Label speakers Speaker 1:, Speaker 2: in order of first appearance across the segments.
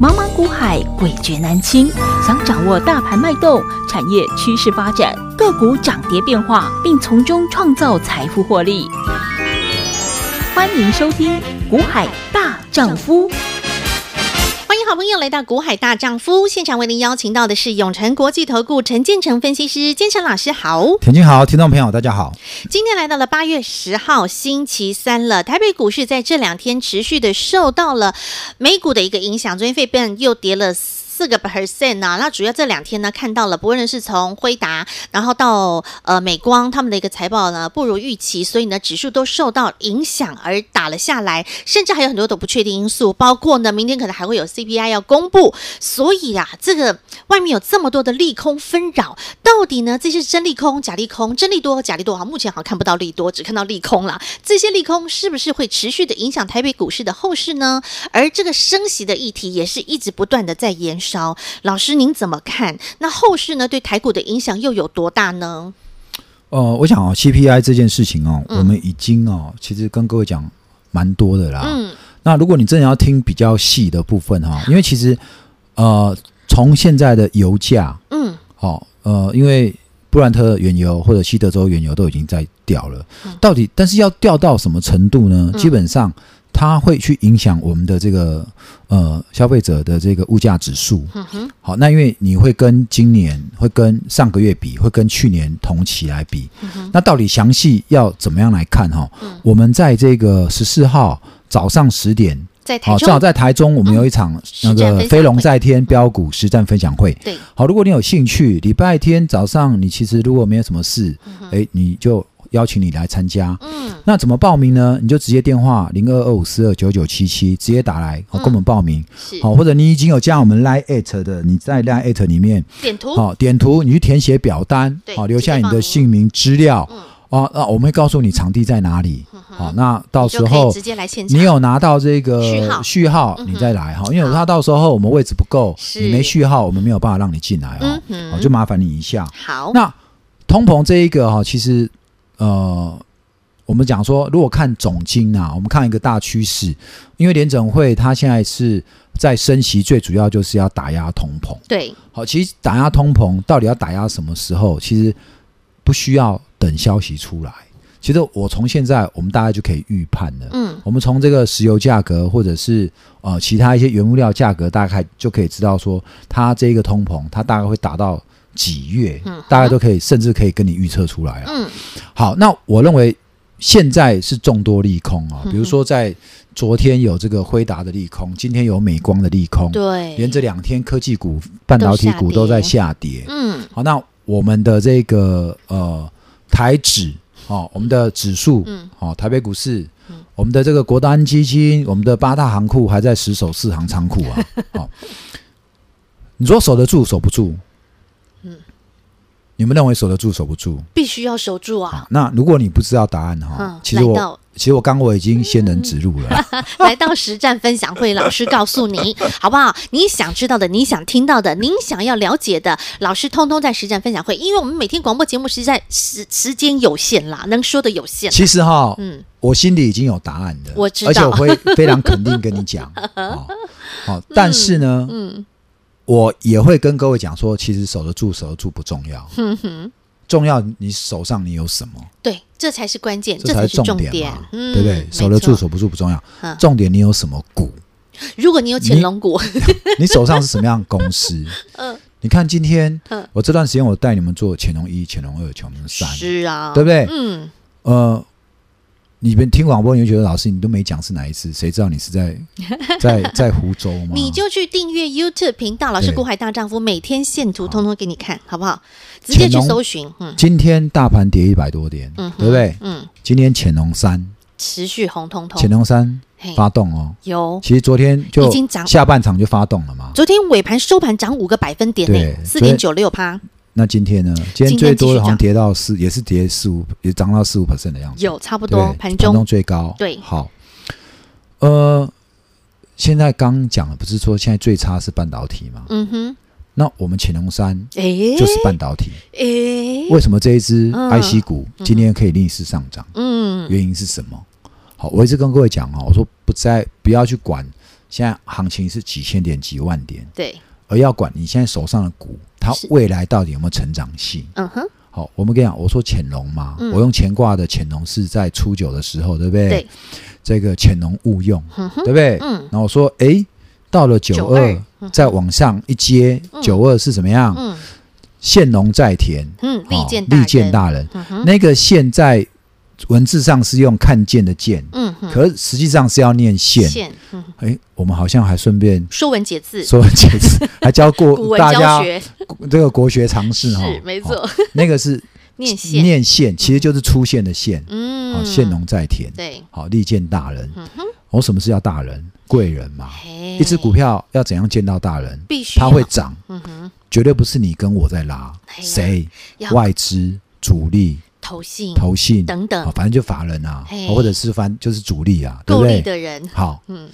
Speaker 1: 茫茫股海，诡谲难清。想掌握大盘脉动、产业趋势发展、个股涨跌变化，并从中创造财富获利，欢迎收听《股海大丈夫》。
Speaker 2: 欢迎好朋友来到《股海大丈夫》现场，为您邀请到的是永诚国际投顾陈建成分析师，建成老师好。
Speaker 3: 田青好，听众朋友大家好。
Speaker 2: 今天来到了八月十号星期三了，台北股市在这两天持续的受到了美股的一个影响，昨天费半又跌了。四个 percent 啊，那主要这两天呢，看到了，不论是从辉达，然后到呃美光，他们的一个财报呢不如预期，所以呢指数都受到影响而打了下来，甚至还有很多的不确定因素，包括呢明天可能还会有 CPI 要公布，所以啊这个外面有这么多的利空纷扰，到底呢这是真利空、假利空、真利多、假利多？好，目前好像看不到利多，只看到利空啦。这些利空是不是会持续的影响台北股市的后市呢？而这个升息的议题也是一直不断的在延烧。老师您怎么看？那后市呢对台股的影响又有多大呢？
Speaker 3: 呃，我想哦，CPI 这件事情哦，
Speaker 2: 嗯
Speaker 3: 我们已经哦，其实跟各位讲蛮多的啦。
Speaker 2: 嗯，
Speaker 3: 那如果你真的要听比较细的部分哈、因为其实呃，从现在的油价
Speaker 2: 嗯，
Speaker 3: 哦，呃，因为布兰特原油或者西德州原油都已经在掉了，到底但是要掉到什么程度呢？
Speaker 2: 嗯
Speaker 3: 基本上它会去影响我们的这个呃消费者的这个物价指数。
Speaker 2: 嗯哼，
Speaker 3: 好，那因为你会跟今年、会跟上个月比，会跟去年同期来比，
Speaker 2: 嗯
Speaker 3: 那到底详细要怎么样来看哈？我们在这个十四号早上十点，
Speaker 2: 在台
Speaker 3: 好，正好
Speaker 2: 中，嗯
Speaker 3: 在台中，我们有一场那
Speaker 2: 实战分
Speaker 3: 个
Speaker 2: 享
Speaker 3: 飞龙
Speaker 2: 会嗯
Speaker 3: 在天标股实战分享会。
Speaker 2: 对，
Speaker 3: 好，如果你有兴趣，礼拜天早上你其实如果没有什么事，诶，你就邀请你来参加。
Speaker 2: 嗯
Speaker 3: 那怎么报名呢？你就直接电话零二二五四二九九七七直接打来，哦
Speaker 2: 嗯
Speaker 3: 好，跟我们报名。
Speaker 2: 是，
Speaker 3: 好，或者你已经有加我们 Line at 的，你在 Line at 里面，
Speaker 2: 点图，
Speaker 3: 好、点图你去填写表单
Speaker 2: 哦对，
Speaker 3: 好、留
Speaker 2: 直
Speaker 3: 下
Speaker 2: 接
Speaker 3: 你
Speaker 2: 报
Speaker 3: 的
Speaker 2: 名
Speaker 3: 姓名资料，
Speaker 2: 嗯
Speaker 3: 哦，那我们会告诉你场地在哪里，好、那到
Speaker 2: 你
Speaker 3: 时
Speaker 2: 就可以
Speaker 3: 候
Speaker 2: 直接来现场，
Speaker 3: 你有拿到这个
Speaker 2: 序号嗯
Speaker 3: 序号你再来哈、因为他到时候我们位置不够，
Speaker 2: 是
Speaker 3: 你没序号，我们没有办法让你进来哦，好、
Speaker 2: 嗯哼
Speaker 3: 就麻烦你一下。
Speaker 2: 好，
Speaker 3: 那通膨这一个哈，其实呃，我们讲说，如果看总金啊，我们看一个大趋势，因为联准会它现在是在升息，最主要就是要打压通膨。
Speaker 2: 对，
Speaker 3: 好，其实打压通膨到底要打压什么时候？其实不需要等消息出来。其实我从现在我们大概就可以预判了。
Speaker 2: 嗯
Speaker 3: 我们从这个石油价格，或者是呃其他一些原物料价格，大概就可以知道说，它这个通膨，它大概会达到几月，
Speaker 2: 嗯
Speaker 3: 大概都可以，甚至可以跟你预测出来了。
Speaker 2: 嗯，
Speaker 3: 好，那我认为现在是众多利空啊、
Speaker 2: 嗯哼
Speaker 3: 比如说在昨天有这个辉达的利空，今天有美光的利空，
Speaker 2: 对，
Speaker 3: 连这两天科技股、半导体股
Speaker 2: 都下
Speaker 3: 都
Speaker 2: 跌
Speaker 3: 在下跌。
Speaker 2: 嗯
Speaker 3: 好，那我们的这个呃台指哦，我们的指数
Speaker 2: 嗯
Speaker 3: 哦，台北股市，我们的这个国安基金，我们的八大行库还在死守四行仓库 啊。哦，你说守得住守不住？嗯，你们认为守得住守不住？
Speaker 2: 必须要守住
Speaker 3: 啊
Speaker 2: 啊，，
Speaker 3: 那如果你不知道答案哈、
Speaker 2: 嗯
Speaker 3: 其
Speaker 2: 来
Speaker 3: 实我
Speaker 2: 到
Speaker 3: 其实我刚我已经先人指路了。
Speaker 2: 来到实战分享会，老师告诉 你，好不好？你想知道的，你想听到的，您想要了解的，老师通通在实战分享会。因为我们每天广播节目实在时时间有限啦，能说的有限。
Speaker 3: 其实哈，
Speaker 2: 嗯
Speaker 3: 我心里已经有答案的，
Speaker 2: 我知道
Speaker 3: 而且我会非常肯定跟你 讲，好、好、但是呢，
Speaker 2: 嗯
Speaker 3: 我也会跟各位讲说，其实守得住守得住不重要，
Speaker 2: 哼哼，
Speaker 3: 重要你手上你有什么，
Speaker 2: 对，这才是关键，
Speaker 3: 这
Speaker 2: 才
Speaker 3: 才
Speaker 2: 是重
Speaker 3: 点嘛，
Speaker 2: 嗯，
Speaker 3: 对不对？守得住
Speaker 2: 没错。
Speaker 3: 守不住不重要
Speaker 2: 嗯，
Speaker 3: 重点你有什么股，
Speaker 2: 如果你有潜龙股，
Speaker 3: 你手上是什么样的公司？
Speaker 2: 嗯
Speaker 3: 你看今天
Speaker 2: 嗯
Speaker 3: 我这段时间我带你们做潜龙一、潜龙二、潜龙三，
Speaker 2: 是啊，
Speaker 3: 对不对？
Speaker 2: 嗯，
Speaker 3: 呃，你们听广播，你就觉得老师你都没讲是哪一次，谁知道你 是在在在湖州吗？
Speaker 2: 你就去订阅 YouTube 频道，老师
Speaker 3: 对
Speaker 2: 古海大丈夫每天线图通通给你看，好不好？直接
Speaker 3: 潜
Speaker 2: 去
Speaker 3: 龙
Speaker 2: 搜寻，嗯
Speaker 3: 今天大盘跌一百多点，
Speaker 2: 嗯哼，
Speaker 3: 对不对？
Speaker 2: 嗯，
Speaker 3: 今天潜龙三，
Speaker 2: 持续红彤彤
Speaker 3: 潜，龙三
Speaker 2: 嘿
Speaker 3: 发动哦。
Speaker 2: 有
Speaker 3: 其实昨天就
Speaker 2: 哦哎已经涨
Speaker 3: 下半场就发动了嘛。
Speaker 2: 昨天尾盘收盘涨五个百分点呢、
Speaker 3: 对
Speaker 2: 四点九六趴，
Speaker 3: 那今天呢？今
Speaker 2: 今天
Speaker 3: 天最多
Speaker 2: 继续
Speaker 3: 的好
Speaker 2: 涨
Speaker 3: 像跌到四，也是跌四五，也涨到四五 percent 的样子。
Speaker 2: 有差不
Speaker 3: 对
Speaker 2: 多
Speaker 3: 对
Speaker 2: 盘
Speaker 3: 盘
Speaker 2: 中
Speaker 3: 中最高。
Speaker 2: 对
Speaker 3: 好，呃，现在刚讲的不是说现在最差是半导体吗？
Speaker 2: 嗯哼，
Speaker 3: 那我们潜龙三
Speaker 2: 诶，
Speaker 3: 就是半导体。
Speaker 2: 诶，
Speaker 3: 为什么这一只
Speaker 2: 哎嗯
Speaker 3: IC 股今天可以逆势上涨？
Speaker 2: 嗯
Speaker 3: 原因是什么？好，我一直跟各位讲哦，我说不在不要去管现在行情是几千点、几万点，
Speaker 2: 对，
Speaker 3: 而要管你现在手上的股，它
Speaker 2: 是
Speaker 3: 未来到底有没有成长性？
Speaker 2: 嗯哼，
Speaker 3: 好，我们跟你讲，我说潜龙嘛，
Speaker 2: 嗯
Speaker 3: 我用乾卦的潜龙是在初九的时候，对不对？
Speaker 2: 对，
Speaker 3: 这个潜龙勿用，
Speaker 2: 嗯哼，
Speaker 3: 对不对？
Speaker 2: 嗯
Speaker 3: 然后我说，诶，到了九
Speaker 2: 92
Speaker 3: 二，再往上一接，九二是怎么样？
Speaker 2: 嗯
Speaker 3: 现龙在田，
Speaker 2: 嗯，利
Speaker 3: 好
Speaker 2: 剑大
Speaker 3: 利
Speaker 2: 人，
Speaker 3: 见大人。
Speaker 2: 嗯哼，
Speaker 3: 那个现在文字上是用看见的见，
Speaker 2: 嗯哼，
Speaker 3: 可实际上是要念现。
Speaker 2: 线，嗯哼，
Speaker 3: 诶，我们好像还顺便
Speaker 2: 说文解字，
Speaker 3: 说解 释，还教
Speaker 2: 古
Speaker 3: 过
Speaker 2: 文
Speaker 3: 大
Speaker 2: 教
Speaker 3: 家
Speaker 2: 学
Speaker 3: 这个国学常识哈
Speaker 2: 是。没
Speaker 3: 哦，
Speaker 2: 错，
Speaker 3: 那个是
Speaker 2: 念线，
Speaker 3: 念现其实就是出现的现，好，
Speaker 2: 嗯，
Speaker 3: 现龙在田，
Speaker 2: 对，
Speaker 3: 好，利见大人。
Speaker 2: 嗯哼，
Speaker 3: 我什么是叫大人？贵人嘛。
Speaker 2: 嘿
Speaker 3: 一只股票要怎样见到大人？
Speaker 2: 必须
Speaker 3: 它会
Speaker 2: 要，
Speaker 3: 涨，
Speaker 2: 嗯哼，
Speaker 3: 绝对不是你跟我在拉，
Speaker 2: 哎呀
Speaker 3: 谁？
Speaker 2: 要
Speaker 3: 外资、主力、
Speaker 2: 投信
Speaker 3: 投信
Speaker 2: 等
Speaker 3: 啊
Speaker 2: 等，
Speaker 3: 反正就法人啊，
Speaker 2: 嘿
Speaker 3: 或者是反就是主力啊，对
Speaker 2: 够
Speaker 3: 不
Speaker 2: 力
Speaker 3: 对？
Speaker 2: 的人，
Speaker 3: 好，
Speaker 2: 嗯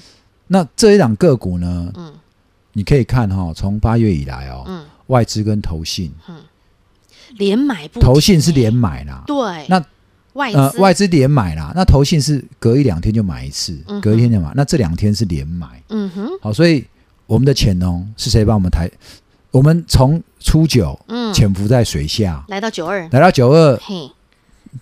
Speaker 3: 那这一档个股呢，
Speaker 2: 嗯
Speaker 3: 你可以看哈，从八月以来哦，
Speaker 2: 嗯，
Speaker 3: 外资跟投信，
Speaker 2: 连买不
Speaker 3: 投
Speaker 2: 停
Speaker 3: 信是
Speaker 2: 欸
Speaker 3: 连买啦，
Speaker 2: 对，
Speaker 3: 那
Speaker 2: 外
Speaker 3: 呃，
Speaker 2: 资
Speaker 3: 外资连买啦，那投信是隔一两天就买一次，
Speaker 2: 嗯哼
Speaker 3: 隔一天就买，那这两天是连买，
Speaker 2: 嗯哼，
Speaker 3: 好，所以我们的潜龙是谁帮我们抬？我们从初九
Speaker 2: 嗯，
Speaker 3: 潜伏在水下，
Speaker 2: 来到九二，
Speaker 3: 来到九二，
Speaker 2: 嘿，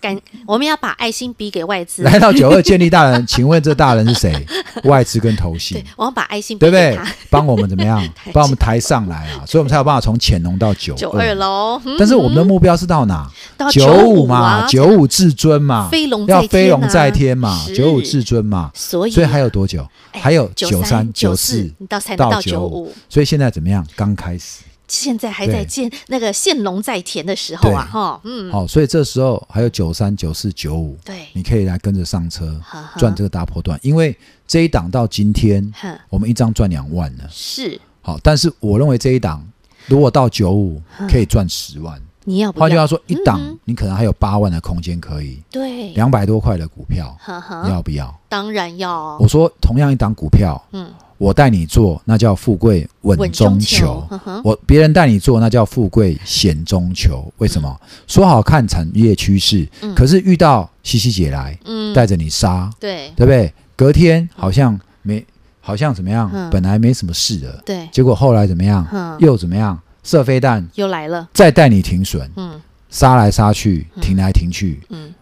Speaker 2: 感我们要把爱心比给外资，
Speaker 3: 来到九二建立大人，请问这大人是谁？ 外资跟投信
Speaker 2: 对，，我要把爱心比
Speaker 3: 对不
Speaker 2: 给
Speaker 3: 对
Speaker 2: 他，？
Speaker 3: 帮我们怎 么样
Speaker 2: 抬？
Speaker 3: 帮我们抬上来啊！所以我们才有办法从潜龙到九
Speaker 2: 九二
Speaker 3: 二。
Speaker 2: 喽，嗯
Speaker 3: 但是我们的目标是到哪？
Speaker 2: 到
Speaker 3: 五
Speaker 2: 五
Speaker 3: 嘛，
Speaker 2: 啊
Speaker 3: 九五至尊嘛，
Speaker 2: 飞龙在
Speaker 3: 要
Speaker 2: 天
Speaker 3: 飞龙
Speaker 2: 啊
Speaker 3: 在天嘛，
Speaker 2: 是
Speaker 3: 九五至尊嘛。
Speaker 2: 所以
Speaker 3: 所以还有多久？
Speaker 2: 哎
Speaker 3: 还有
Speaker 2: 九
Speaker 3: 三、
Speaker 2: 九
Speaker 3: 九
Speaker 2: 四
Speaker 3: 四，
Speaker 2: 你到才能
Speaker 3: 到
Speaker 2: 到
Speaker 3: 九
Speaker 2: 九
Speaker 3: 五
Speaker 2: 五。。
Speaker 3: 所以现在怎么样？刚开始。
Speaker 2: 现在还在
Speaker 3: 对
Speaker 2: 见那个现龙在田的时候啊，
Speaker 3: 对
Speaker 2: 哈，嗯，
Speaker 3: 好，所以这时候还有九三、九四、九五，
Speaker 2: 对，
Speaker 3: 你可以来跟着上车
Speaker 2: 呵呵
Speaker 3: 赚这个大波段，因为这一档到今天
Speaker 2: 哼，
Speaker 3: 我们一张赚两万了。
Speaker 2: 是
Speaker 3: 好，但是我认为这一档如果到九五可以赚十万，
Speaker 2: 你要嗯不
Speaker 3: 换句
Speaker 2: 要？
Speaker 3: 话说，一档你可能还有八万的空间可以，
Speaker 2: 对，
Speaker 3: 两百多块的股票
Speaker 2: 呵呵，
Speaker 3: 要不要？
Speaker 2: 当然要，
Speaker 3: 我说同样一档股票，
Speaker 2: 哦嗯，
Speaker 3: 我带你做那叫富贵稳中求
Speaker 2: 呵，呵，
Speaker 3: 我别人带你做那叫富贵险中求。为什
Speaker 2: 嗯
Speaker 3: 么？说好看产业趋势，可是遇到西西姐来
Speaker 2: 嗯，
Speaker 3: 带着你杀，
Speaker 2: 对
Speaker 3: 对不对？隔天好像没，好像怎么样
Speaker 2: 嗯？
Speaker 3: 本来没什么事的，
Speaker 2: 对，
Speaker 3: 结果后来怎么样？
Speaker 2: 嗯，
Speaker 3: 又怎么样？射飞弹，
Speaker 2: 又来了，
Speaker 3: 再带你停损，
Speaker 2: 嗯
Speaker 3: 杀来杀去，停来停去，
Speaker 2: 嗯，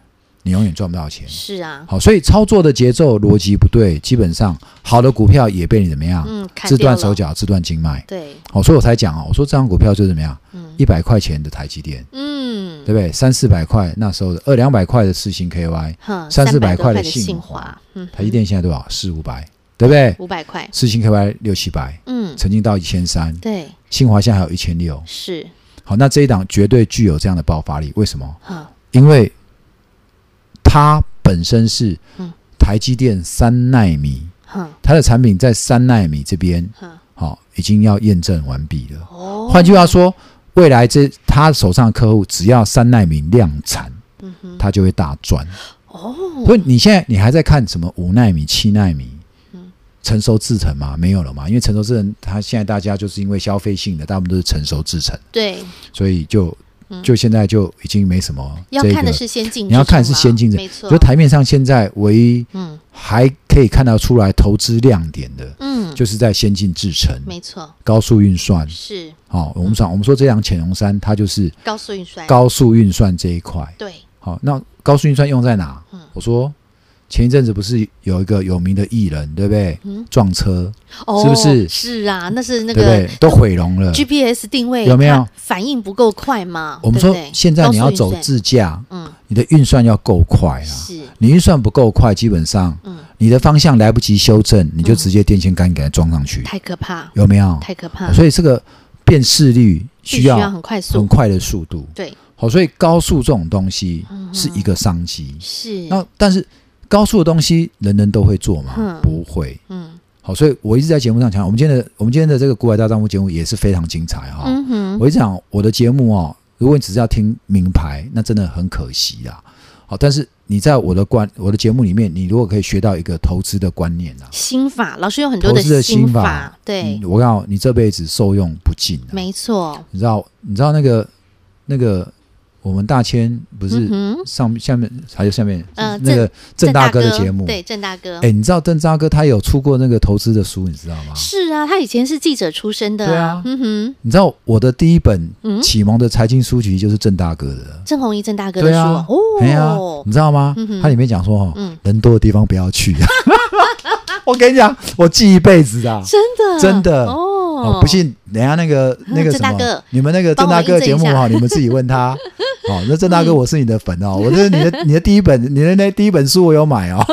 Speaker 3: 你永远赚不到钱。
Speaker 2: 是啊，
Speaker 3: 好，所以操作的节奏逻辑不对，基本上好的股票也被你怎么样？
Speaker 2: 嗯，砍
Speaker 3: 自断
Speaker 2: 掉
Speaker 3: 手
Speaker 2: 了，
Speaker 3: 脚，自断经脉。
Speaker 2: 对，
Speaker 3: 好，所以我才讲哦，我说这张股票就怎么样
Speaker 2: 嗯？
Speaker 3: 一百块钱的台积电，
Speaker 2: 嗯
Speaker 3: 对，不对？三四百块那时候的，二两百块的四星 KY，
Speaker 2: 哼，
Speaker 3: 三四
Speaker 2: 百
Speaker 3: 百
Speaker 2: 多块
Speaker 3: 块的
Speaker 2: 信
Speaker 3: 信
Speaker 2: 华
Speaker 3: 华，
Speaker 2: 嗯，
Speaker 3: 台积电现在多少？四五百，对不对？
Speaker 2: 五百块，
Speaker 3: 四星 KY 六七百，
Speaker 2: 嗯，
Speaker 3: 曾经到一千三，
Speaker 2: 对，
Speaker 3: 新华现在还有一千六。
Speaker 2: 是，
Speaker 3: 好，那这一档绝对具有这样的爆发力，为什么？
Speaker 2: 哈，
Speaker 3: 因为它本身是
Speaker 2: 嗯
Speaker 3: 台积电三奈米，
Speaker 2: 哼，
Speaker 3: 它的产品在三奈米这边，
Speaker 2: 哼，
Speaker 3: 好、已经要验证完毕了。
Speaker 2: 嗯哦，
Speaker 3: 换句话说，未来这他手上的客户只要三奈米量产，
Speaker 2: 嗯哼，
Speaker 3: 他就会大赚。
Speaker 2: 哦，
Speaker 3: 所以你现在你还在看什么五奈米、七奈米？
Speaker 2: 嗯
Speaker 3: 成熟制程嘛，没有了嘛，因为成熟制程，它现在大家就是因为消费性的，大部分都是成熟制程，
Speaker 2: 对，
Speaker 3: 所以就
Speaker 2: 嗯
Speaker 3: 就现在就已经没什么
Speaker 2: 要
Speaker 3: 这
Speaker 2: 看的
Speaker 3: 个。
Speaker 2: 是先进之中啦，啊
Speaker 3: 你要看是先进的
Speaker 2: 没错
Speaker 3: 就，台面上现在唯一
Speaker 2: 嗯
Speaker 3: 还可以看到出来投资亮点的，
Speaker 2: 嗯，
Speaker 3: 就是在先进制程、
Speaker 2: 没嗯错，
Speaker 3: 高速运算。
Speaker 2: 是
Speaker 3: 好、我们讲，我们说这辆潜龙三，它就是
Speaker 2: 高速运算，
Speaker 3: 高速运算这一块。
Speaker 2: 对，
Speaker 3: 好，那高速运算用在哪
Speaker 2: 嗯？
Speaker 3: 我说前一阵子不是有一个有名的艺人，对不对？
Speaker 2: 嗯
Speaker 3: 撞车，
Speaker 2: 哦，
Speaker 3: 是不是
Speaker 2: 是啊，那是那
Speaker 3: 对不
Speaker 2: 个
Speaker 3: 对？都毁容了。
Speaker 2: GPS 定位
Speaker 3: 呃有没有
Speaker 2: 它反应不够快嘛？
Speaker 3: 我们
Speaker 2: 对
Speaker 3: 说
Speaker 2: 不对
Speaker 3: 现在你要走，
Speaker 2: 高速运
Speaker 3: 自驾，
Speaker 2: 算嗯，
Speaker 3: 你的运算要够快啊。
Speaker 2: 是，
Speaker 3: 你运算不够快，基本上
Speaker 2: 嗯
Speaker 3: 你的方向来不及修正，你就直接电线杆给它装上去，
Speaker 2: 太可怕，
Speaker 3: 有没有？哦
Speaker 2: 太可怕，
Speaker 3: 所以这个辨识率
Speaker 2: 必
Speaker 3: 需
Speaker 2: 须
Speaker 3: 要
Speaker 2: 要很快
Speaker 3: 很
Speaker 2: 速，
Speaker 3: 快的速度。
Speaker 2: 对，
Speaker 3: 好，所以高速这种东西
Speaker 2: 嗯哼
Speaker 3: 是一个商机。
Speaker 2: 嗯是，
Speaker 3: 那但是高速的东西人人都会做吗？
Speaker 2: 嗯
Speaker 3: 不会。
Speaker 2: 嗯
Speaker 3: 好，所以我一直在节目上强调，我们今天的我们今天的这个《古海大丈夫》节目也是非常精彩啊哈、
Speaker 2: 嗯哼，
Speaker 3: 哦我一直讲我的节目哦，如果你只是要听名牌，那真的很可惜啦。好，但是你在我的观我的节目里面，你如果可以学到一个投资的观念啊，
Speaker 2: 心法，老师有很多的
Speaker 3: 投资的
Speaker 2: 心
Speaker 3: 心法
Speaker 2: 法，对
Speaker 3: 嗯，我告诉你，你这辈子受用不尽、啊。
Speaker 2: 没错，
Speaker 3: 你知道，你知道那个那个，我们大千不是
Speaker 2: 嗯哼
Speaker 3: 上下面还有下面
Speaker 2: 呃
Speaker 3: 那个郑大哥的节目，
Speaker 2: 对郑大哥，
Speaker 3: 哎，你知道郑大哥他有出过那个投资的书，你知道吗？
Speaker 2: 是啊，他以前是记者出身的，
Speaker 3: 对啊
Speaker 2: 嗯哼，
Speaker 3: 你知道我的第一本
Speaker 2: 嗯
Speaker 3: 启蒙的财经书籍就是郑大哥的，
Speaker 2: 郑红怡郑大哥的
Speaker 3: 对
Speaker 2: 书
Speaker 3: 啊，哎呀
Speaker 2: 哦，
Speaker 3: 你知道吗
Speaker 2: 嗯哼？
Speaker 3: 它里面讲说
Speaker 2: 嗯
Speaker 3: 哦，人多的地方不要 去。我跟你讲，我记一辈子的。
Speaker 2: 真的
Speaker 3: 真的
Speaker 2: 哦
Speaker 3: 哦，，不信，等一下那个那个
Speaker 2: 嗯郑
Speaker 3: 什
Speaker 2: 大
Speaker 3: 么
Speaker 2: 哥，
Speaker 3: 你们那个
Speaker 2: 帮
Speaker 3: 郑
Speaker 2: 我
Speaker 3: 大哥
Speaker 2: 印
Speaker 3: 节
Speaker 2: 证一
Speaker 3: 目
Speaker 2: 下嗯
Speaker 3: 哈，你们自己 问他。好，那郑大哥，我是你的粉哦，我是你的 你的第一本，你的那第一本书我 有买哦。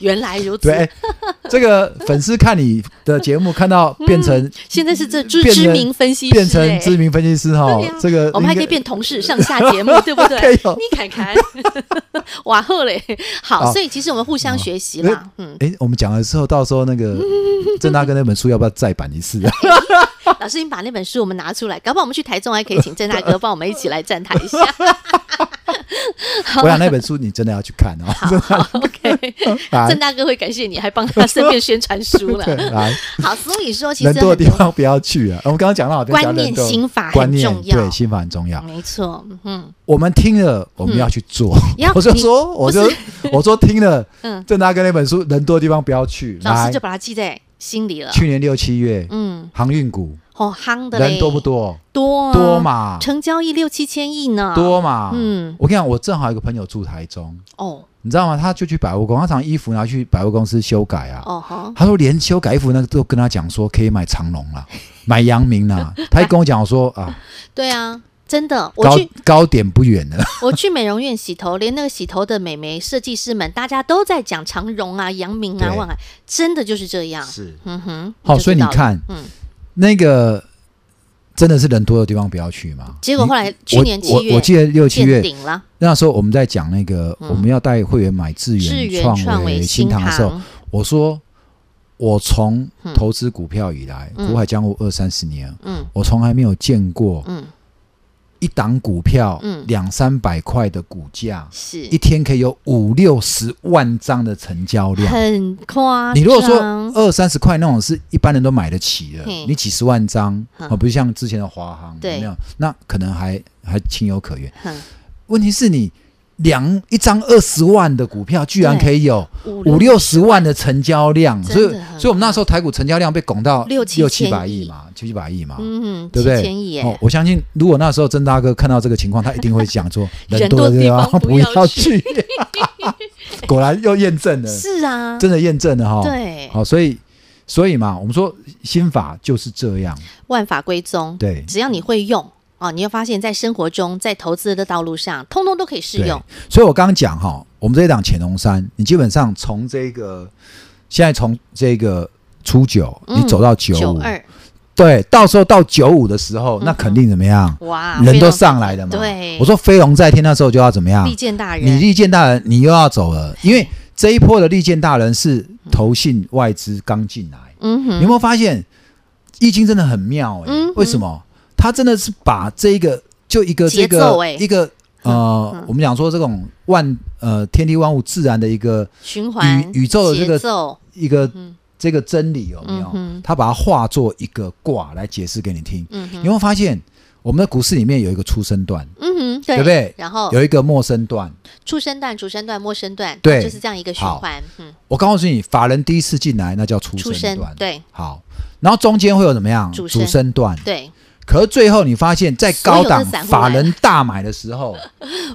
Speaker 2: 原来如此，
Speaker 3: 对，哎这个粉丝看你的节目，看到变成
Speaker 2: 现在是这知
Speaker 3: 嗯变成
Speaker 2: 知名分析师，
Speaker 3: 变成
Speaker 2: 哎
Speaker 3: 知名分析师哈
Speaker 2: 对啊，
Speaker 3: 这个
Speaker 2: 我们还可以
Speaker 3: 应该
Speaker 2: 变同事上下节 目，对不
Speaker 3: 可
Speaker 2: 对？
Speaker 3: 以哦。
Speaker 2: 你看看， 哇后嘞，好，
Speaker 3: 好
Speaker 2: 所以其实我们互相学习啦，嗯，
Speaker 3: 哎，我们讲了之后，到时候那 个郑大哥那本书要不要再版一次啊？
Speaker 2: 老师，你把那本书我们拿出来，搞不好我们去台中还可以请郑大哥帮我们一起来站台一 下。
Speaker 3: 我想那本书你真的要去看哦。
Speaker 2: OK，
Speaker 3: 来
Speaker 2: 郑大哥会感谢你，还帮他顺便宣传书了。
Speaker 3: 对来，
Speaker 2: 好，所以 说其实
Speaker 3: 人
Speaker 2: 很
Speaker 3: 多
Speaker 2: 多
Speaker 3: 的地方不 要去啊。我们刚刚讲到，
Speaker 2: 观念心法
Speaker 3: 观
Speaker 2: 很
Speaker 3: 念
Speaker 2: 重要
Speaker 3: 对，，心法很重要。
Speaker 2: 没错，嗯，
Speaker 3: 我们听了，我们要去做。
Speaker 2: 要
Speaker 3: 我就
Speaker 2: 你
Speaker 3: 说，我就 我说听了
Speaker 2: 嗯，
Speaker 3: 郑大哥那本书，人多的地方不要去。
Speaker 2: 老师
Speaker 3: 来
Speaker 2: 就，把它记在心里了。
Speaker 3: 去年六七月，
Speaker 2: 嗯，
Speaker 3: 航运股
Speaker 2: 好夯的嘞，
Speaker 3: 人多不？多？
Speaker 2: 多啊
Speaker 3: 多，嘛，
Speaker 2: 成交易六七千亿呢，
Speaker 3: 多嘛。
Speaker 2: 嗯
Speaker 3: 我跟你讲，我正好有个朋友住台中，
Speaker 2: 哦
Speaker 3: 你知道吗？他就去百货公司，他常衣服拿去百货公司修改啊。
Speaker 2: 哦哈，
Speaker 3: 他说连修改衣服那个都跟他讲说可以买长隆 啦，买阳明啦。他还跟我讲说啊，
Speaker 2: 对啊，真的，我
Speaker 3: 高
Speaker 2: 去
Speaker 3: 高点不远了。
Speaker 2: 我去美容院洗头， 连那个洗头的美眉设计师们，大家都在讲长荣啊、阳明啊、
Speaker 3: 对
Speaker 2: 万海，真的就是这样。
Speaker 3: 是，
Speaker 2: 嗯哼，
Speaker 3: 好，
Speaker 2: 就知
Speaker 3: 所以你
Speaker 2: 道了，
Speaker 3: 看
Speaker 2: 嗯，
Speaker 3: 那个真的是人多的地方不要去嘛。
Speaker 2: 结果后来去年
Speaker 3: 我
Speaker 2: 七月
Speaker 3: 我我记得六七
Speaker 2: 见
Speaker 3: 月
Speaker 2: 顶了，
Speaker 3: 那时候我们在讲那个
Speaker 2: 嗯
Speaker 3: 我们要带会员买智
Speaker 2: 智
Speaker 3: 源、
Speaker 2: 源、创维、
Speaker 3: 维、新
Speaker 2: 唐
Speaker 3: 的时候，我说我从
Speaker 2: 嗯
Speaker 3: 投资股票以来，
Speaker 2: 嗯
Speaker 3: 股海江湖二三十年，
Speaker 2: 嗯
Speaker 3: 我从来没有见过
Speaker 2: 嗯，
Speaker 3: 一档股票
Speaker 2: 嗯
Speaker 3: 两三百块的股价，
Speaker 2: 是
Speaker 3: 一天可以有五六十万张的成交量。
Speaker 2: 很夸张。
Speaker 3: 你如果说二三十块那种是一般人都买得起的
Speaker 2: 嘿，
Speaker 3: 你几十万张
Speaker 2: 嗯
Speaker 3: 啊，不是像之前的华航
Speaker 2: 对
Speaker 3: 有没有？那可能还还情有可原。
Speaker 2: 哼
Speaker 3: 问题是你两一张二十万的股票，居然
Speaker 2: 对
Speaker 3: 可以有
Speaker 2: 五
Speaker 3: 五六十万的成交量，
Speaker 2: 真的
Speaker 3: 所以
Speaker 2: 很
Speaker 3: 所以我们那时候台股成交量被拱到
Speaker 2: 六七
Speaker 3: 六七
Speaker 2: 千
Speaker 3: 百
Speaker 2: 亿
Speaker 3: 亿嘛，七百亿嘛。
Speaker 2: 嗯，
Speaker 3: 对不对
Speaker 2: 七千亿耶，
Speaker 3: 哦，我相信如果那时候曾大哥看到这个情况，他一定会讲 说，
Speaker 2: 人
Speaker 3: 人
Speaker 2: 多
Speaker 3: 多的
Speaker 2: 地
Speaker 3: 地
Speaker 2: 方
Speaker 3: 方
Speaker 2: 不
Speaker 3: 不
Speaker 2: 要
Speaker 3: 要 去。果然又验证了，
Speaker 2: 是啊，
Speaker 3: 真的哦验证了哈。
Speaker 2: 对，
Speaker 3: 好，所以所以嘛，我们说心法就是这样，
Speaker 2: 万法归宗，
Speaker 3: 对
Speaker 2: 只要你会用哦，你会发现在生活中，在投资的道路上，通通都可以适
Speaker 3: 对
Speaker 2: 用。。
Speaker 3: 所以我刚刚讲哈，我们这一档潜龙山，你基本上从这个现在从这个初九，
Speaker 2: 嗯
Speaker 3: 你走到九五、
Speaker 2: 二嗯
Speaker 3: 对，到时候到九五的时候，
Speaker 2: 哼
Speaker 3: 那肯定怎么样？
Speaker 2: 哇，
Speaker 3: 人
Speaker 2: 非
Speaker 3: 都
Speaker 2: 常
Speaker 3: 上来了嘛。
Speaker 2: 对
Speaker 3: 我说飞龙在天，那时候就要怎么样
Speaker 2: 利？见大人，
Speaker 3: 你利剑大人，你又要走了，因为这一波的利剑大人是投信外资刚进来。
Speaker 2: 嗯
Speaker 3: 你有
Speaker 2: 哼，
Speaker 3: 没有发现《易经》真的很妙、欸？
Speaker 2: 嗯
Speaker 3: 为什么？它真的是把这一个就一个
Speaker 2: 节
Speaker 3: 这
Speaker 2: 奏
Speaker 3: 个、
Speaker 2: 欸嗯
Speaker 3: 一个呃，我们讲说这种万呃天地万物自然的一个
Speaker 2: 循环
Speaker 3: 宇宙的这个
Speaker 2: 节奏
Speaker 3: 一个、
Speaker 2: 嗯
Speaker 3: 这个真理有没有
Speaker 2: 嗯？哼
Speaker 3: 它把它化作一个卦来解释给你听。
Speaker 2: 嗯
Speaker 3: 你有没有发现，我们的股市里面有一个出生段，
Speaker 2: 嗯哼，对
Speaker 3: 对不对
Speaker 2: 然后
Speaker 3: 有一个末生段？
Speaker 2: 出生段、主生段、末生段，
Speaker 3: 对
Speaker 2: 就是这样一个循环。嗯，
Speaker 3: 我告诉你，法人第一次进来那叫出
Speaker 2: 出
Speaker 3: 生
Speaker 2: 生
Speaker 3: 段，
Speaker 2: 对
Speaker 3: 好，然后中间会有怎么样？
Speaker 2: 主
Speaker 3: 主
Speaker 2: 升
Speaker 3: 升段，
Speaker 2: 对，
Speaker 3: 可是最后你发现，在高
Speaker 2: 所
Speaker 3: 档
Speaker 2: 有的散户来
Speaker 3: 法人大买的 时候，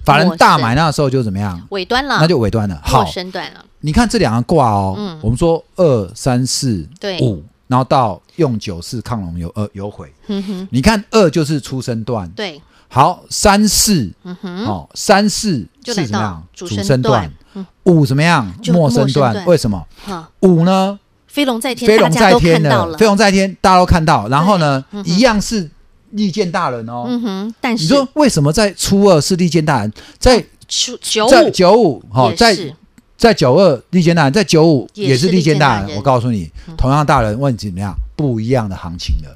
Speaker 3: 法人大买那时候就怎么样？
Speaker 2: 尾端了，
Speaker 3: 那就尾端了。好
Speaker 2: 末，嗯生段了，
Speaker 3: 你看这两个卦哦，
Speaker 2: 嗯
Speaker 3: 我们说二三四
Speaker 2: 对
Speaker 3: 五，然后到用九四亢龙有呃有悔。
Speaker 2: 嗯哼，
Speaker 3: 你看二就是出生段，
Speaker 2: 对，
Speaker 3: 好三四
Speaker 2: 嗯哼，
Speaker 3: 哦三四
Speaker 2: 就是来
Speaker 3: 怎么
Speaker 2: 到
Speaker 3: 样？
Speaker 2: 主
Speaker 3: 主
Speaker 2: 升
Speaker 3: 升
Speaker 2: 段
Speaker 3: 段
Speaker 2: 嗯。
Speaker 3: 五怎么样？
Speaker 2: 就
Speaker 3: 末生
Speaker 2: 末升段
Speaker 3: 段为什么？
Speaker 2: 哈，
Speaker 3: 五呢？
Speaker 2: 飞龙在天，
Speaker 3: 飞龙
Speaker 2: 大家
Speaker 3: 在
Speaker 2: 都
Speaker 3: 天
Speaker 2: 看到
Speaker 3: 了，
Speaker 2: 了
Speaker 3: 飞，龙在天，大家都看到。然后呢，一样是利剑大人哦。
Speaker 2: 嗯哼，但
Speaker 3: 你
Speaker 2: 是
Speaker 3: 说为什么在初二是利剑大人，在
Speaker 2: 九哦九
Speaker 3: 在
Speaker 2: 五
Speaker 3: 九五好，
Speaker 2: 也
Speaker 3: 在
Speaker 2: 是
Speaker 3: 在九二利剑大人，在九五
Speaker 2: 也
Speaker 3: 也
Speaker 2: 是
Speaker 3: 是
Speaker 2: 利
Speaker 3: 利剑
Speaker 2: 剑
Speaker 3: 大
Speaker 2: 大人嗯
Speaker 3: 人。我告诉你，同样大人问你怎么样不一样的行情了。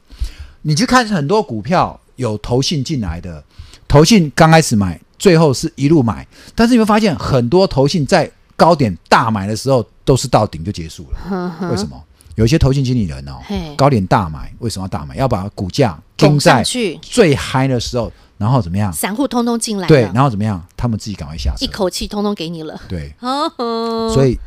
Speaker 3: 你去看很多股票有投信进来的，投信刚开始买，最后是一路买，但是你会发现很多投信在高点大买的时候都是到顶就结束了，
Speaker 2: 嗯哼
Speaker 3: 为什么？有一些投信经理人哦
Speaker 2: 嘿，
Speaker 3: 高点大买，为什么要大买？要把股价
Speaker 2: 拱
Speaker 3: 盯
Speaker 2: 上
Speaker 3: 在
Speaker 2: 去，
Speaker 3: 最嗨的时候，然后怎么样？
Speaker 2: 散户通通进来了，
Speaker 3: 对，然后怎么样？他们自己赶快下车
Speaker 2: 一，口气通通给你了。
Speaker 3: 对，
Speaker 2: 哦吼，
Speaker 3: 所以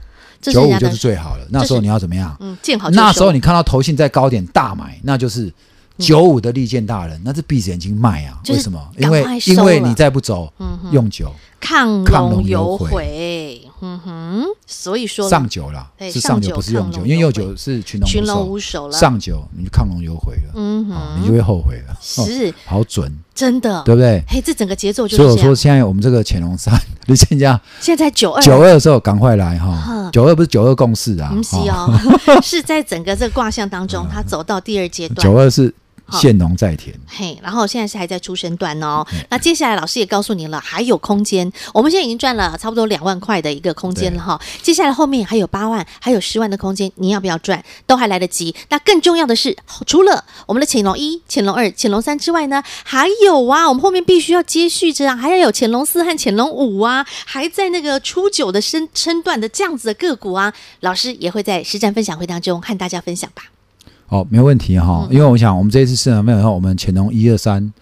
Speaker 2: 这
Speaker 3: 九
Speaker 2: 人
Speaker 3: 五
Speaker 2: 家
Speaker 3: 就
Speaker 2: 的
Speaker 3: 是最好了。那时候你要怎么样？
Speaker 2: 嗯，见好就收。嗯
Speaker 3: 那时候你看到投信在高点大买，那就是九五的利剑大人，那是闭着眼睛卖啊。
Speaker 2: 就是
Speaker 3: 为什么？
Speaker 2: 赶
Speaker 3: 因
Speaker 2: 快
Speaker 3: 为
Speaker 2: 收
Speaker 3: 因为
Speaker 2: 了
Speaker 3: 你再不走，
Speaker 2: 嗯
Speaker 3: 用九
Speaker 2: 亢
Speaker 3: 亢
Speaker 2: 龙
Speaker 3: 龙
Speaker 2: 有
Speaker 3: 有悔
Speaker 2: 悔，嗯哼，所以说
Speaker 3: 上九啦，
Speaker 2: 对
Speaker 3: 是
Speaker 2: 上
Speaker 3: 上九
Speaker 2: 九
Speaker 3: 不是
Speaker 2: 亢
Speaker 3: 用
Speaker 2: 龙
Speaker 3: 九，因为
Speaker 2: 有
Speaker 3: 用
Speaker 2: 悔
Speaker 3: 九是群
Speaker 2: 群龙
Speaker 3: 龙
Speaker 2: 无
Speaker 3: 无
Speaker 2: 首了，
Speaker 3: 上九你就亢龙有悔了，
Speaker 2: 嗯
Speaker 3: 哦
Speaker 2: 哼，
Speaker 3: 你就会后悔了。哦
Speaker 2: 是
Speaker 3: 好准，
Speaker 2: 真的，
Speaker 3: 对不对？
Speaker 2: 嘿，这整个节奏就
Speaker 3: 所以
Speaker 2: 是
Speaker 3: 我
Speaker 2: 这样
Speaker 3: 说，。现在我们这个潜龙 山，你现在
Speaker 2: 现在九二
Speaker 3: 九二的时候赶快来哈
Speaker 2: 嗯，
Speaker 3: 九二不是九二共识啊
Speaker 2: 不，是
Speaker 3: 哈
Speaker 2: 哦，是在整个这个卦象当中，
Speaker 3: 嗯
Speaker 2: 它走到第二阶
Speaker 3: 九
Speaker 2: 段。
Speaker 3: 二是现农在田，
Speaker 2: 嘿，然后现在是还在出生段哦。那接下来老师也告诉您了，还有空间。我们现在已经赚了差不多两万块的一个空间了哈。接下来后面还有八万，还有十万的空间，你要不要赚？都还来得及。那更重要的是，除了我们的潜龙一、潜龙二、潜龙三之外呢，还有啊，我们后面必须要接续着啊，还要有潜龙四和潜龙五啊，还在那个初九的身身段的这样子的个股啊，老师也会在实战分享会当中和大家分享吧。
Speaker 3: 哦，没问题
Speaker 2: 嗯
Speaker 3: 哈、因为我想我们这一次市场分享后，我们潜龙一二三，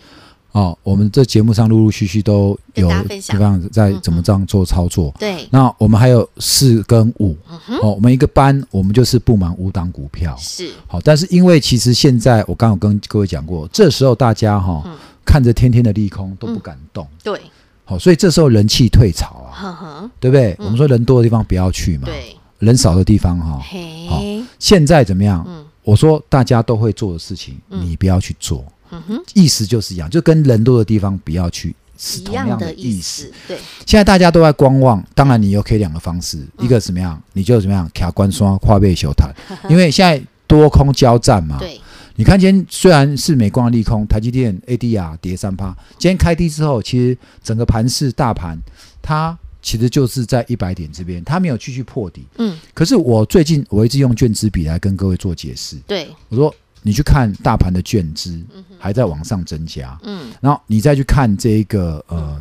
Speaker 3: 哦，我们这节目上陆陆续续都
Speaker 2: 跟
Speaker 3: 有
Speaker 2: 大家分享
Speaker 3: 地方在
Speaker 2: 嗯嗯
Speaker 3: 怎么这样做操作。
Speaker 2: 对，
Speaker 3: 那我们还有四跟五、哦，我们一个班我们就是布满五档股
Speaker 2: 嗯
Speaker 3: 票，
Speaker 2: 是，
Speaker 3: 好，但是因为其实现在我刚有跟各位讲过，这时候大家哈、
Speaker 2: 嗯
Speaker 3: 看着天天的利空都不敢动，
Speaker 2: 对，
Speaker 3: 好、所以这时候人气退潮啊，
Speaker 2: 呵呵，
Speaker 3: 对不对？我们说人多的地方不要去嘛，
Speaker 2: 嗯对，
Speaker 3: 人少的地方哈、好
Speaker 2: 嘿，
Speaker 3: 现在怎么样？
Speaker 2: 嗯
Speaker 3: 我说大家都会做的事情，你不要去做。
Speaker 2: 嗯哼，
Speaker 3: 意思就是一样，就跟人多的地方不要去，是
Speaker 2: 一
Speaker 3: 同
Speaker 2: 样
Speaker 3: 样
Speaker 2: 的
Speaker 3: 的
Speaker 2: 意
Speaker 3: 意
Speaker 2: 思嗯
Speaker 3: 思。，啊
Speaker 2: 对，
Speaker 3: 现在大家都在观望，当然你有可以两个方式，
Speaker 2: 嗯
Speaker 3: 一个怎么样，你就怎么样卡关刷跨背球谈，因为现在多空交战嘛。
Speaker 2: 对，
Speaker 3: 你看今天虽然是美光的利空，台积电 ADR 跌三趴，今天开低之后，其实整个盘市大盘它其实就是在一百点这边，它没有继续破底。
Speaker 2: 嗯，
Speaker 3: 可是我最近我一直用卷资比来跟各位做解释，
Speaker 2: 对，
Speaker 3: 我说你去看大盘的卷资还在往上增加，
Speaker 2: 嗯，
Speaker 3: 然后你再去看这一个呃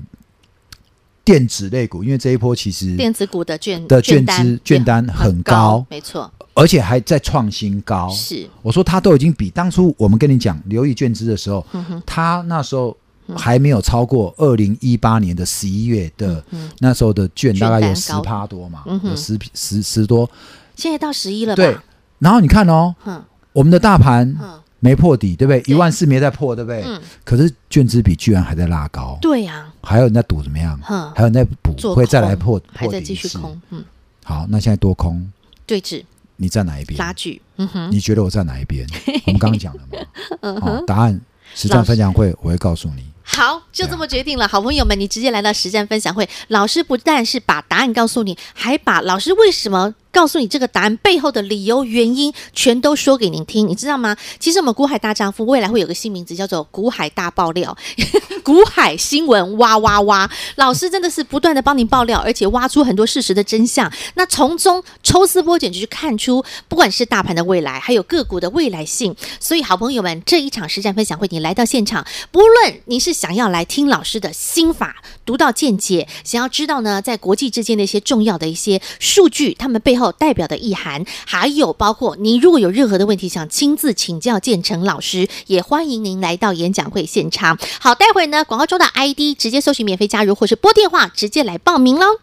Speaker 3: 电子类股，因为这一波其实
Speaker 2: 电子股的券
Speaker 3: 嗯的券
Speaker 2: 单
Speaker 3: 资
Speaker 2: 券
Speaker 3: 券单很高，哦
Speaker 2: 没错，
Speaker 3: 而且还在创新高。
Speaker 2: 是，
Speaker 3: 我说它都已经比当初我们跟你讲留意券资的时候，
Speaker 2: 嗯
Speaker 3: 它那时候还没有超过二零一八年的十一月的
Speaker 2: 嗯，
Speaker 3: 那时候的券，大概有
Speaker 2: 券
Speaker 3: 十
Speaker 2: 单高
Speaker 3: 趴多嘛
Speaker 2: 嗯，哼
Speaker 3: 有十十十多
Speaker 2: 现在到十一了吧？
Speaker 3: 对。然后你看哦，
Speaker 2: 嗯
Speaker 3: 我们的大盘
Speaker 2: 嗯，
Speaker 3: 没破底，对不对？
Speaker 2: 对
Speaker 3: 一万四没再破，对不对？
Speaker 2: 嗯
Speaker 3: 可是券资比居然还在拉高，
Speaker 2: 对呀，
Speaker 3: 还有人在赌怎么样？
Speaker 2: 哼，
Speaker 3: 还有人在补
Speaker 2: 做
Speaker 3: 会再来
Speaker 2: 空
Speaker 3: 破
Speaker 2: 还
Speaker 3: 破
Speaker 2: 在
Speaker 3: 底
Speaker 2: 继
Speaker 3: 一
Speaker 2: 续
Speaker 3: 次。
Speaker 2: 空，嗯，
Speaker 3: 好，那现在多空，
Speaker 2: 对峙
Speaker 3: 你站哪一边？
Speaker 2: 拉锯，嗯哼，
Speaker 3: 你觉得我站哪 一边？我们刚刚讲了嘛，哦，答案实战分享会我会告诉你。
Speaker 2: 好，就
Speaker 3: 啊
Speaker 2: 这么决定了。好朋友们，你直接来到实战分享会，老师不但是把答案告诉你，还把老师为什么。告诉你这个答案背后的理由、原因，全都说给您听，你知道吗？其实我们股海大丈夫未来会有个新名字，叫做“股海大爆料”， 股海新闻哇哇哇！老师真的是不断的帮您爆料，而且挖出很多事实的真相。那从中抽丝剥茧，就去看出不管是大盘的未来，还有个股的未来性。所以，好朋友们，这一场实战分享会，你来到现场，不论你是想要来听老师的心法，独到见解，想要知道呢，在国际之间的一些重要的一些数据，他们背后代表的意涵，还有包括您如果有任何的问题想亲自请教建成老师，也欢迎您来到演讲会现场。好，待会呢，广告中的 ID 直接搜寻免费加入，或是拨电话直接来报名喽。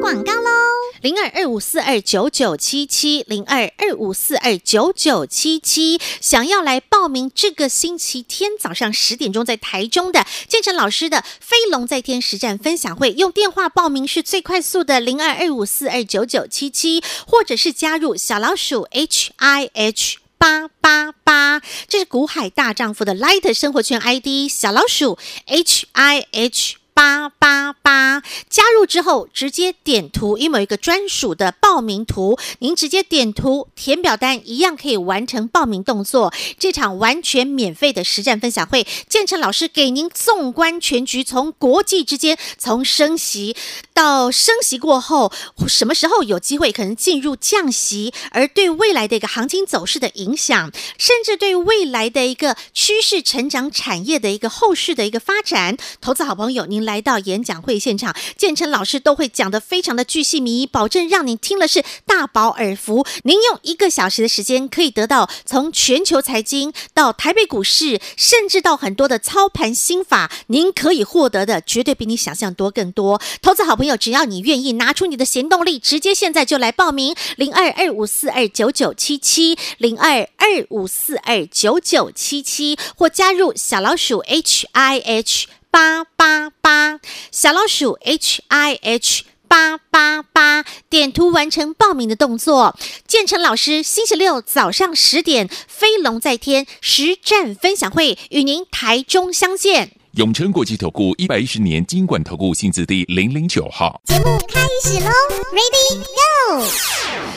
Speaker 2: 广告喽，零二二五四二九九七七，零二二五四二九九七七，想要来报名这个星期天早上十点钟在台中的建成老师的飞龙在天实战分享会，用电话报名是最快速的，零二二五四二九九七七，或者是加入小老鼠 H I H。八八八，这是股海大丈夫的 Light 生活圈 ID 小老鼠 H I H 八八八。加入之后，直接点图，因为有一个专属的报名图，您直接点图填表单，一样可以完成报名动作。这场完全免费的实战分享会，建成老师给您纵观全局，从国际之间，从升息到升息过后，什么时候有机会可能进入降息，而对未来的一个行情走势的影响，甚至对未来的一个趋势成长产业的一个后续的一个发展，投资好朋友，您来到演讲会现场，建成老师都会讲得非常的巨细靡遗，保证让你听了是大饱耳福。您用一个小时的时间，可以得到从全球财经到台北股市，甚至到很多的操盘心法，您可以获得的绝对比你想象多更多。投资好朋友，只要你愿意，拿出你的行动力，直接现在就来报名零二二五四二九九七七零二二五四二九九七七，或加入小老鼠 H I H 八八八，小老鼠 H I H。八八八点图完成报名的动作。建成老师星期六早上十点，飞龙在天实战分享会与您台中相见。
Speaker 4: 永诚国际投顾一百一十年金管投顾新字第零零九号，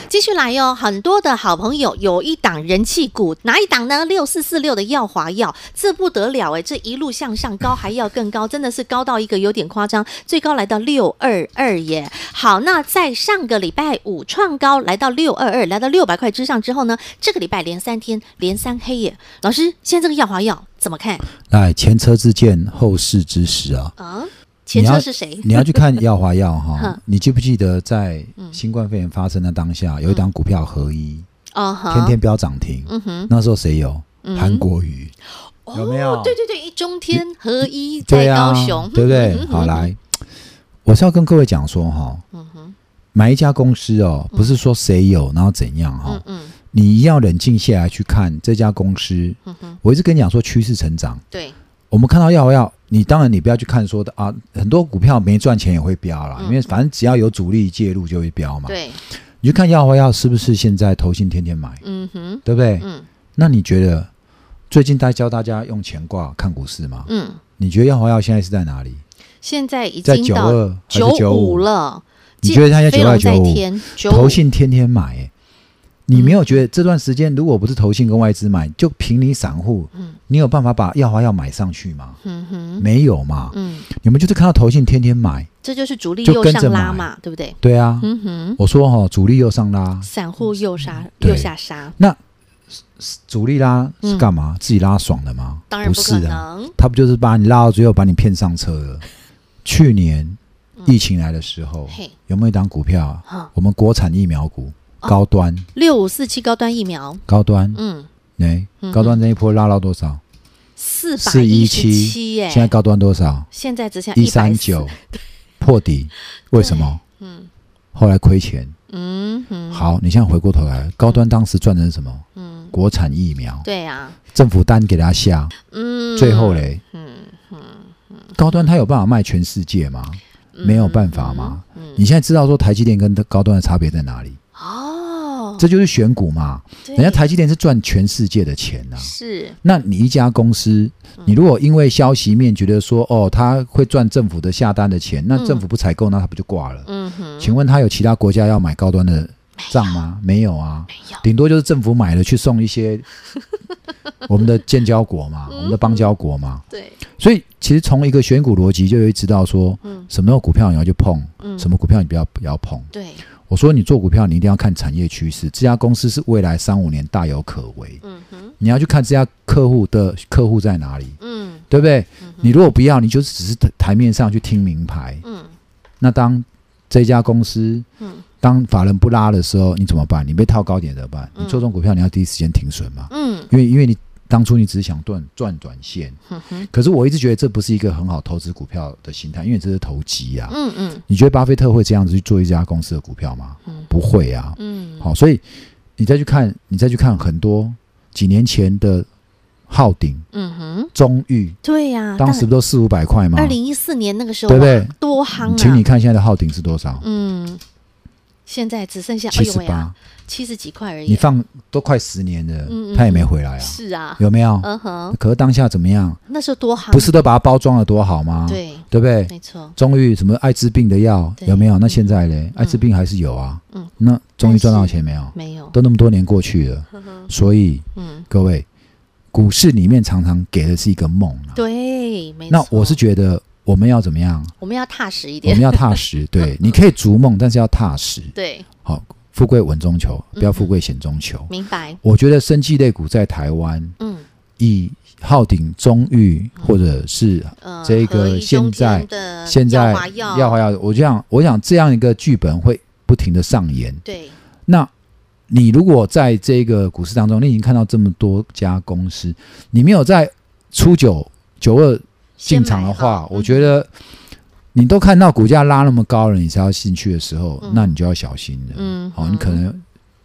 Speaker 2: 继续来哟、很多的好朋友有一档人气股，哪一档呢？六四四六的耀华药，这不得了哎，这一路向上高，还要更高，真的是高到一个有点夸张，最高来到六二二耶。好，那在上个礼拜五创高来到六二二，来到六百块之上之后呢，这个礼拜连三天连三黑耶。老师，现在这个耀华药怎么看
Speaker 3: 来前车之鉴，后事之师 啊。
Speaker 2: 啊？前
Speaker 3: 你
Speaker 2: 车
Speaker 3: 要
Speaker 2: 是谁？
Speaker 3: 你要去看耀华药 哈
Speaker 2: 哼，
Speaker 3: 你记不记得在
Speaker 2: 嗯
Speaker 3: 新冠肺炎发生的当下，有一档股票合一，
Speaker 2: 哦哈
Speaker 3: 天天飙涨停，
Speaker 2: 嗯哼，
Speaker 3: 那时候谁有？
Speaker 2: 嗯
Speaker 3: 韩国瑜有没有
Speaker 2: 哦对对对，一中天合一在
Speaker 3: 对啊
Speaker 2: 高雄，，
Speaker 3: 对不对
Speaker 2: 嗯？
Speaker 3: 好，来，我是要跟各位讲说哈，
Speaker 2: 嗯哼，
Speaker 3: 买一家公司哦，不是说谁有然后怎样哈
Speaker 2: 嗯，嗯
Speaker 3: 你一定要冷静下来去看这家公司。
Speaker 2: 嗯哼，
Speaker 3: 我一直跟你讲说趋势成长，
Speaker 2: 对，
Speaker 3: 我们看到耀华药，你当然你不要去看说的啊，很多股票没赚钱也会飙啦，
Speaker 2: 嗯
Speaker 3: 因为反正只要有主力介入就会飙嘛。
Speaker 2: 对，
Speaker 3: 你就看耀华药是不是现在投信天天买，
Speaker 2: 嗯哼，
Speaker 3: 对不对？
Speaker 2: 嗯
Speaker 3: 那你觉得最近在教大家用钱挂看股市吗？
Speaker 2: 嗯，
Speaker 3: 你觉得耀华药现在是在哪里？
Speaker 2: 现在已
Speaker 3: 在
Speaker 2: 经到
Speaker 3: 92还是
Speaker 2: 五
Speaker 3: 95
Speaker 2: 了，
Speaker 3: 你
Speaker 2: 进
Speaker 3: 觉得它现在
Speaker 2: 飞龙
Speaker 3: 92
Speaker 2: 在
Speaker 3: 95
Speaker 2: 天95
Speaker 3: 投信天天买、欸你没有觉得这段时间如果不是投信跟外资买，就凭你散户，
Speaker 2: 嗯
Speaker 3: 你有办法把耀华药买上去吗？
Speaker 2: 嗯哼，
Speaker 3: 没有嘛，
Speaker 2: 嗯，
Speaker 3: 你们就是看到投信天天买，
Speaker 2: 这就是主力
Speaker 3: 就
Speaker 2: 右
Speaker 3: 跟
Speaker 2: 上
Speaker 3: 着
Speaker 2: 拉
Speaker 3: 买
Speaker 2: 嘛，对不对？
Speaker 3: 对啊。
Speaker 2: 嗯哼，
Speaker 3: 我说哈、哦，主力又上拉，
Speaker 2: 散户右杀
Speaker 3: 嗯对
Speaker 2: 右下杀，
Speaker 3: 主力拉是干嘛？自己拉爽了吗？
Speaker 2: 嗯当然不可
Speaker 3: 是啊，
Speaker 2: 能，嗯
Speaker 3: 他不就是把你拉到最后，把你骗上车了？去年疫情来的时候，
Speaker 2: 嘿，
Speaker 3: 有没有一档股票啊？
Speaker 2: 哈，
Speaker 3: 我们国产疫苗股，高端，
Speaker 2: 六五四七高端疫苗，
Speaker 3: 高端，
Speaker 2: 嗯，
Speaker 3: 哎
Speaker 2: 嗯哼，
Speaker 3: 高端这一波拉到多少？
Speaker 2: 四百一十
Speaker 3: 417
Speaker 2: 耶，
Speaker 3: 现在高端多少？
Speaker 2: 现在只剩
Speaker 3: 一三九， 破底，为什么？
Speaker 2: 嗯
Speaker 3: 后来亏钱。
Speaker 2: 嗯哼，
Speaker 3: 好，你现在回过头来，高端当时赚成什么？
Speaker 2: 嗯，
Speaker 3: 国产疫苗，
Speaker 2: 对啊，
Speaker 3: 政府单给他下，
Speaker 2: 嗯，
Speaker 3: 最后嘞，
Speaker 2: 嗯，
Speaker 3: 高端它有办法卖全世界吗？
Speaker 2: 嗯，
Speaker 3: 没有办法吗？
Speaker 2: 嗯，
Speaker 3: 你现在知道说台积电跟高端的差别在哪里？
Speaker 2: 哦，
Speaker 3: 这就是选股嘛。
Speaker 2: 对
Speaker 3: 人家台积电是赚全世界的钱呐、
Speaker 2: 是，
Speaker 3: 那你一家公司，
Speaker 2: 嗯
Speaker 3: 你如果因为消息面觉得说，哦，它会赚政府的下单的钱，那政府不采购，那它不就挂了？
Speaker 2: 嗯哼，
Speaker 3: 请问它有其他国家要买高端的账吗？没有啊，
Speaker 2: 没有，
Speaker 3: 顶多就是政府买了去送 一些我们的建交国嘛，
Speaker 2: 嗯
Speaker 3: 我们的邦交国嘛。
Speaker 2: 对，
Speaker 3: 所以其实从一个选股逻辑就会知道说，
Speaker 2: 嗯
Speaker 3: 什么股票你要去碰，
Speaker 2: 嗯，
Speaker 3: 什么股票你不要不要碰。
Speaker 2: 对，
Speaker 3: 我说你做股票，你一定要看产业趋势，这家公司是未来三五年大有可为。
Speaker 2: 嗯哼，
Speaker 3: 你要去看这家客户的客户在哪里，
Speaker 2: 嗯
Speaker 3: 对不对？你如果不要，你就只是台台面上去听名牌。
Speaker 2: 嗯
Speaker 3: 那当这家公司，
Speaker 2: 嗯
Speaker 3: 当法人不拉的时候，你怎么办？你被套高点怎么办？
Speaker 2: 嗯
Speaker 3: 你做这种股票，你要第一时间停损嘛，
Speaker 2: 嗯
Speaker 3: 因为因为你当初你只是想赚赚短线。
Speaker 2: 哼哼，
Speaker 3: 可是我一直觉得这不是一个很好投资股票的心态，因为这是投机啊。
Speaker 2: 嗯嗯
Speaker 3: 你觉得巴菲特会这样子去做一家公司的股票吗？
Speaker 2: 嗯
Speaker 3: 不会啊。
Speaker 2: 嗯，
Speaker 3: 好，所以你再去看，你再去看很多几年前的昊鼎、
Speaker 2: 嗯哼，
Speaker 3: 中裕，
Speaker 2: 对呀，
Speaker 3: 当时不都四五百块吗？
Speaker 2: 啊二零一四年那个时候，
Speaker 3: 对不对
Speaker 2: 哇？多夯啊，
Speaker 3: 请你，看现在的昊鼎是多少？
Speaker 2: 嗯，现在只剩下哎
Speaker 3: 七
Speaker 2: 呦
Speaker 3: 十
Speaker 2: 喂啊，
Speaker 3: 八，
Speaker 2: 七十几块而
Speaker 3: 你
Speaker 2: 已，
Speaker 3: 放都快十年了
Speaker 2: 嗯嗯，
Speaker 3: 它也没回来啊，
Speaker 2: 是啊，
Speaker 3: 有没有？
Speaker 2: 嗯哼，
Speaker 3: 可是当下怎么样？
Speaker 2: 那时候多夯，啊
Speaker 3: 不是都把它包装的多好吗？，
Speaker 2: 对，
Speaker 3: 对不对？
Speaker 2: 没错，
Speaker 3: 中裕什么艾滋病的药
Speaker 2: 对
Speaker 3: 有没有？那现在嘞，艾滋病还是有啊。
Speaker 2: 嗯，
Speaker 3: 那中裕赚
Speaker 2: 但
Speaker 3: 到
Speaker 2: 是
Speaker 3: 钱没有？
Speaker 2: 没有，
Speaker 3: 都那么多年过去了，所以
Speaker 2: 嗯，
Speaker 3: 各位，股市里面常常给的是一个梦啊。
Speaker 2: 对，没
Speaker 3: 那
Speaker 2: 错，
Speaker 3: 我是觉得我们要怎么样？
Speaker 2: 我们要踏实一
Speaker 3: 我们
Speaker 2: 点，
Speaker 3: 要踏实， 对，你可以逐梦，但是要踏实。
Speaker 2: 对，
Speaker 3: 好，富贵稳中求，不要
Speaker 2: 嗯
Speaker 3: 富贵险中求。
Speaker 2: 明白，
Speaker 3: 我觉得生技类股在台湾
Speaker 2: 嗯
Speaker 3: 以浩鼎、中裕或者是
Speaker 2: 呃，
Speaker 3: 这个
Speaker 2: 合一中
Speaker 3: 现在
Speaker 2: 天的
Speaker 3: 现在
Speaker 2: 耀华药
Speaker 3: 要还要，我就想，我想这样一个剧本会不停的上演。
Speaker 2: 对，
Speaker 3: 那你如果在这个股市当中，你已经看到这么多家公司，你没有在初九九二进场的话，我觉
Speaker 2: 得
Speaker 3: 得你都看到股价拉那么高了，你才要进去的时候，
Speaker 2: 嗯
Speaker 3: 那你就要小心了。
Speaker 2: 嗯
Speaker 3: 好、你可
Speaker 2: 嗯
Speaker 3: 能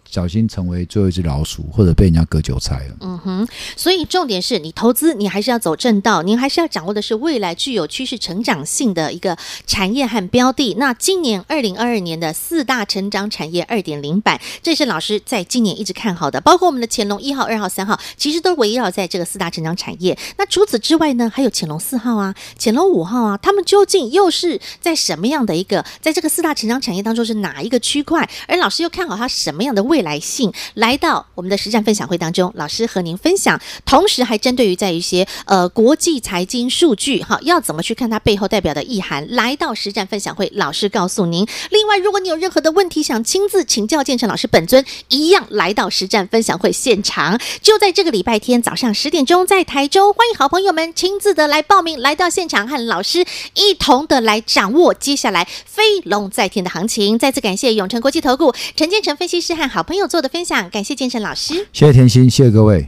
Speaker 3: 小心成为最后一只老鼠，或者被人家割韭菜了。
Speaker 2: 嗯哼，所以重点是你投资，你还是要走正道，您还是要掌握的是未来具有趋势成长性的一个产业和标的。那今年二零二二年的四大成长产业二点零版，这是老师在今年一直看好的，包括我们的潜龙一号、二号、三号，其实都围绕在这个四大成长产业。那除此之外呢，还有潜龙四号啊、潜龙五号啊，他们究竟又是在什么样的一个，在这个四大成长产业当中是哪一个区块？而老师又看好它什么样的未来性？来到我们的实战分享会当中，老师和您分享，同时还针对于在一些呃国际财经数据哈，要怎么去看它背后代表的意涵。来到实战分享会，老师告诉您。另外，如果你有任何的问题想亲自请教建成老师本尊，一样来到实战分享会现场，就在这个礼拜天早上十点钟在台中，欢迎好朋友们亲自的来报名，来到现场和老师一同的来掌握接下来飞龙在天的行情。再次感谢永诚国际投顾陈建成分析师和好朋友做的分享，感谢建成老师。
Speaker 3: 谢谢甜心，谢谢各位。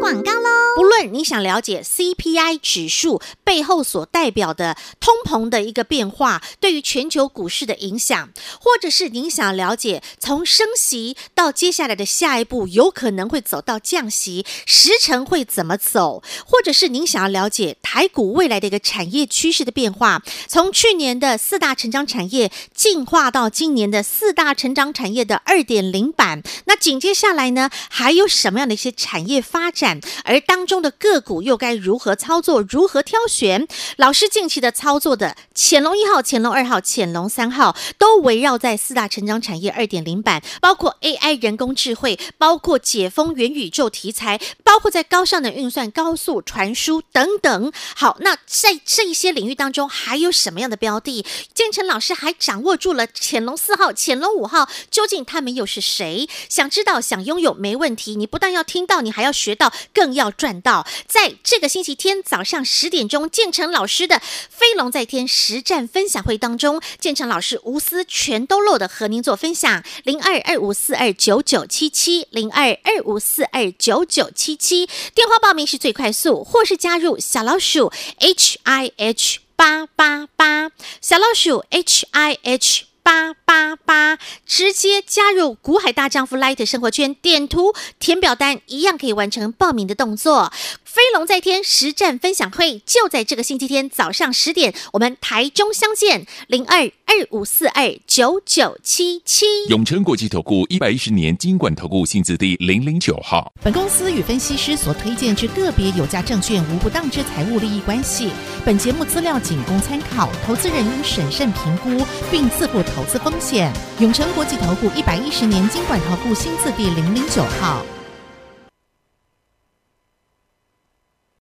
Speaker 2: 广告喽。不论你想了解 CPI 指数背后所代表的通膨的一个变化对于全球股市的影响，或者是您想了解从升息到接下来的下一步有可能会走到降息，时程会怎么走，或者是您想要了解台股未来的一个产业趋势的变化，从去年的四大成长产业进化到今年的四大成长产业的二点零版，那紧接下来呢，还有什么样的一些产业发展？而当中的个股又该如何操作、如何挑选？老师近期的操作的潜龙一号、潜龙二号、潜龙三号，都围绕在四大成长产业二点零版，包括 AI 人工智慧，包括解封元宇宙题材，包括在高效能运算、高速传输等等。好，那在这一些领域当中，还有什么样的标的？建成老师还掌握住了潜龙四号、潜龙五号，究竟他们又是谁？想知道、想拥有没问题。你不但要听到，你还要学到，更要赚到。在这个星期天早上十点钟，建成老师的飞龙在天实战分享会当中，建成老师无私全都漏的和您做分享。零二二五四二九九七七，零二二五四二九九七七，电话报名是最快速，或是加入小老鼠 H I H 八八八，小老鼠 H I H。八八八，直接加入股海大丈夫 Light 生活圈，点图填表单，一样可以完成报名的动作。飞龙在天实战分享会就在这个星期天早上十点，我们台中相见，零二二五四二九九七七。
Speaker 4: 永诚国际投顾一百一十年金管投顾性质第零零九号。
Speaker 5: 本公司与分析师所推荐之个别有价证券无不当之财务利益关系。本节目资料仅供参考，投资人应审慎评估并自负投资风险。永诚国际投顾一百一十年经管投顾新字第零零九号。